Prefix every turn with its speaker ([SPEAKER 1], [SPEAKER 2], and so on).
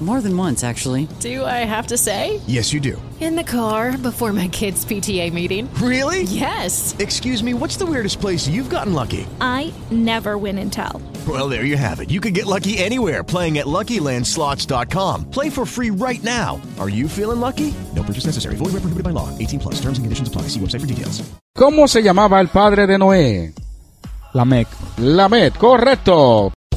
[SPEAKER 1] More than once, actually.
[SPEAKER 2] Do I have to say?
[SPEAKER 3] Yes, you do.
[SPEAKER 4] In the car before my kids' PTA meeting.
[SPEAKER 3] Really?
[SPEAKER 4] Yes.
[SPEAKER 3] Excuse me, what's the weirdest place you've gotten lucky?
[SPEAKER 5] I never win and tell.
[SPEAKER 3] Well, there you have it. You can get lucky anywhere playing at LuckyLandSlots.com. Play for free right now. Are you feeling lucky? No purchase necessary. Void where prohibited by law. 18 plus. Terms and conditions apply. See website for details.
[SPEAKER 6] ¿Cómo se llamaba el padre de Noé?
[SPEAKER 7] Lamec.
[SPEAKER 6] Lamed, correcto.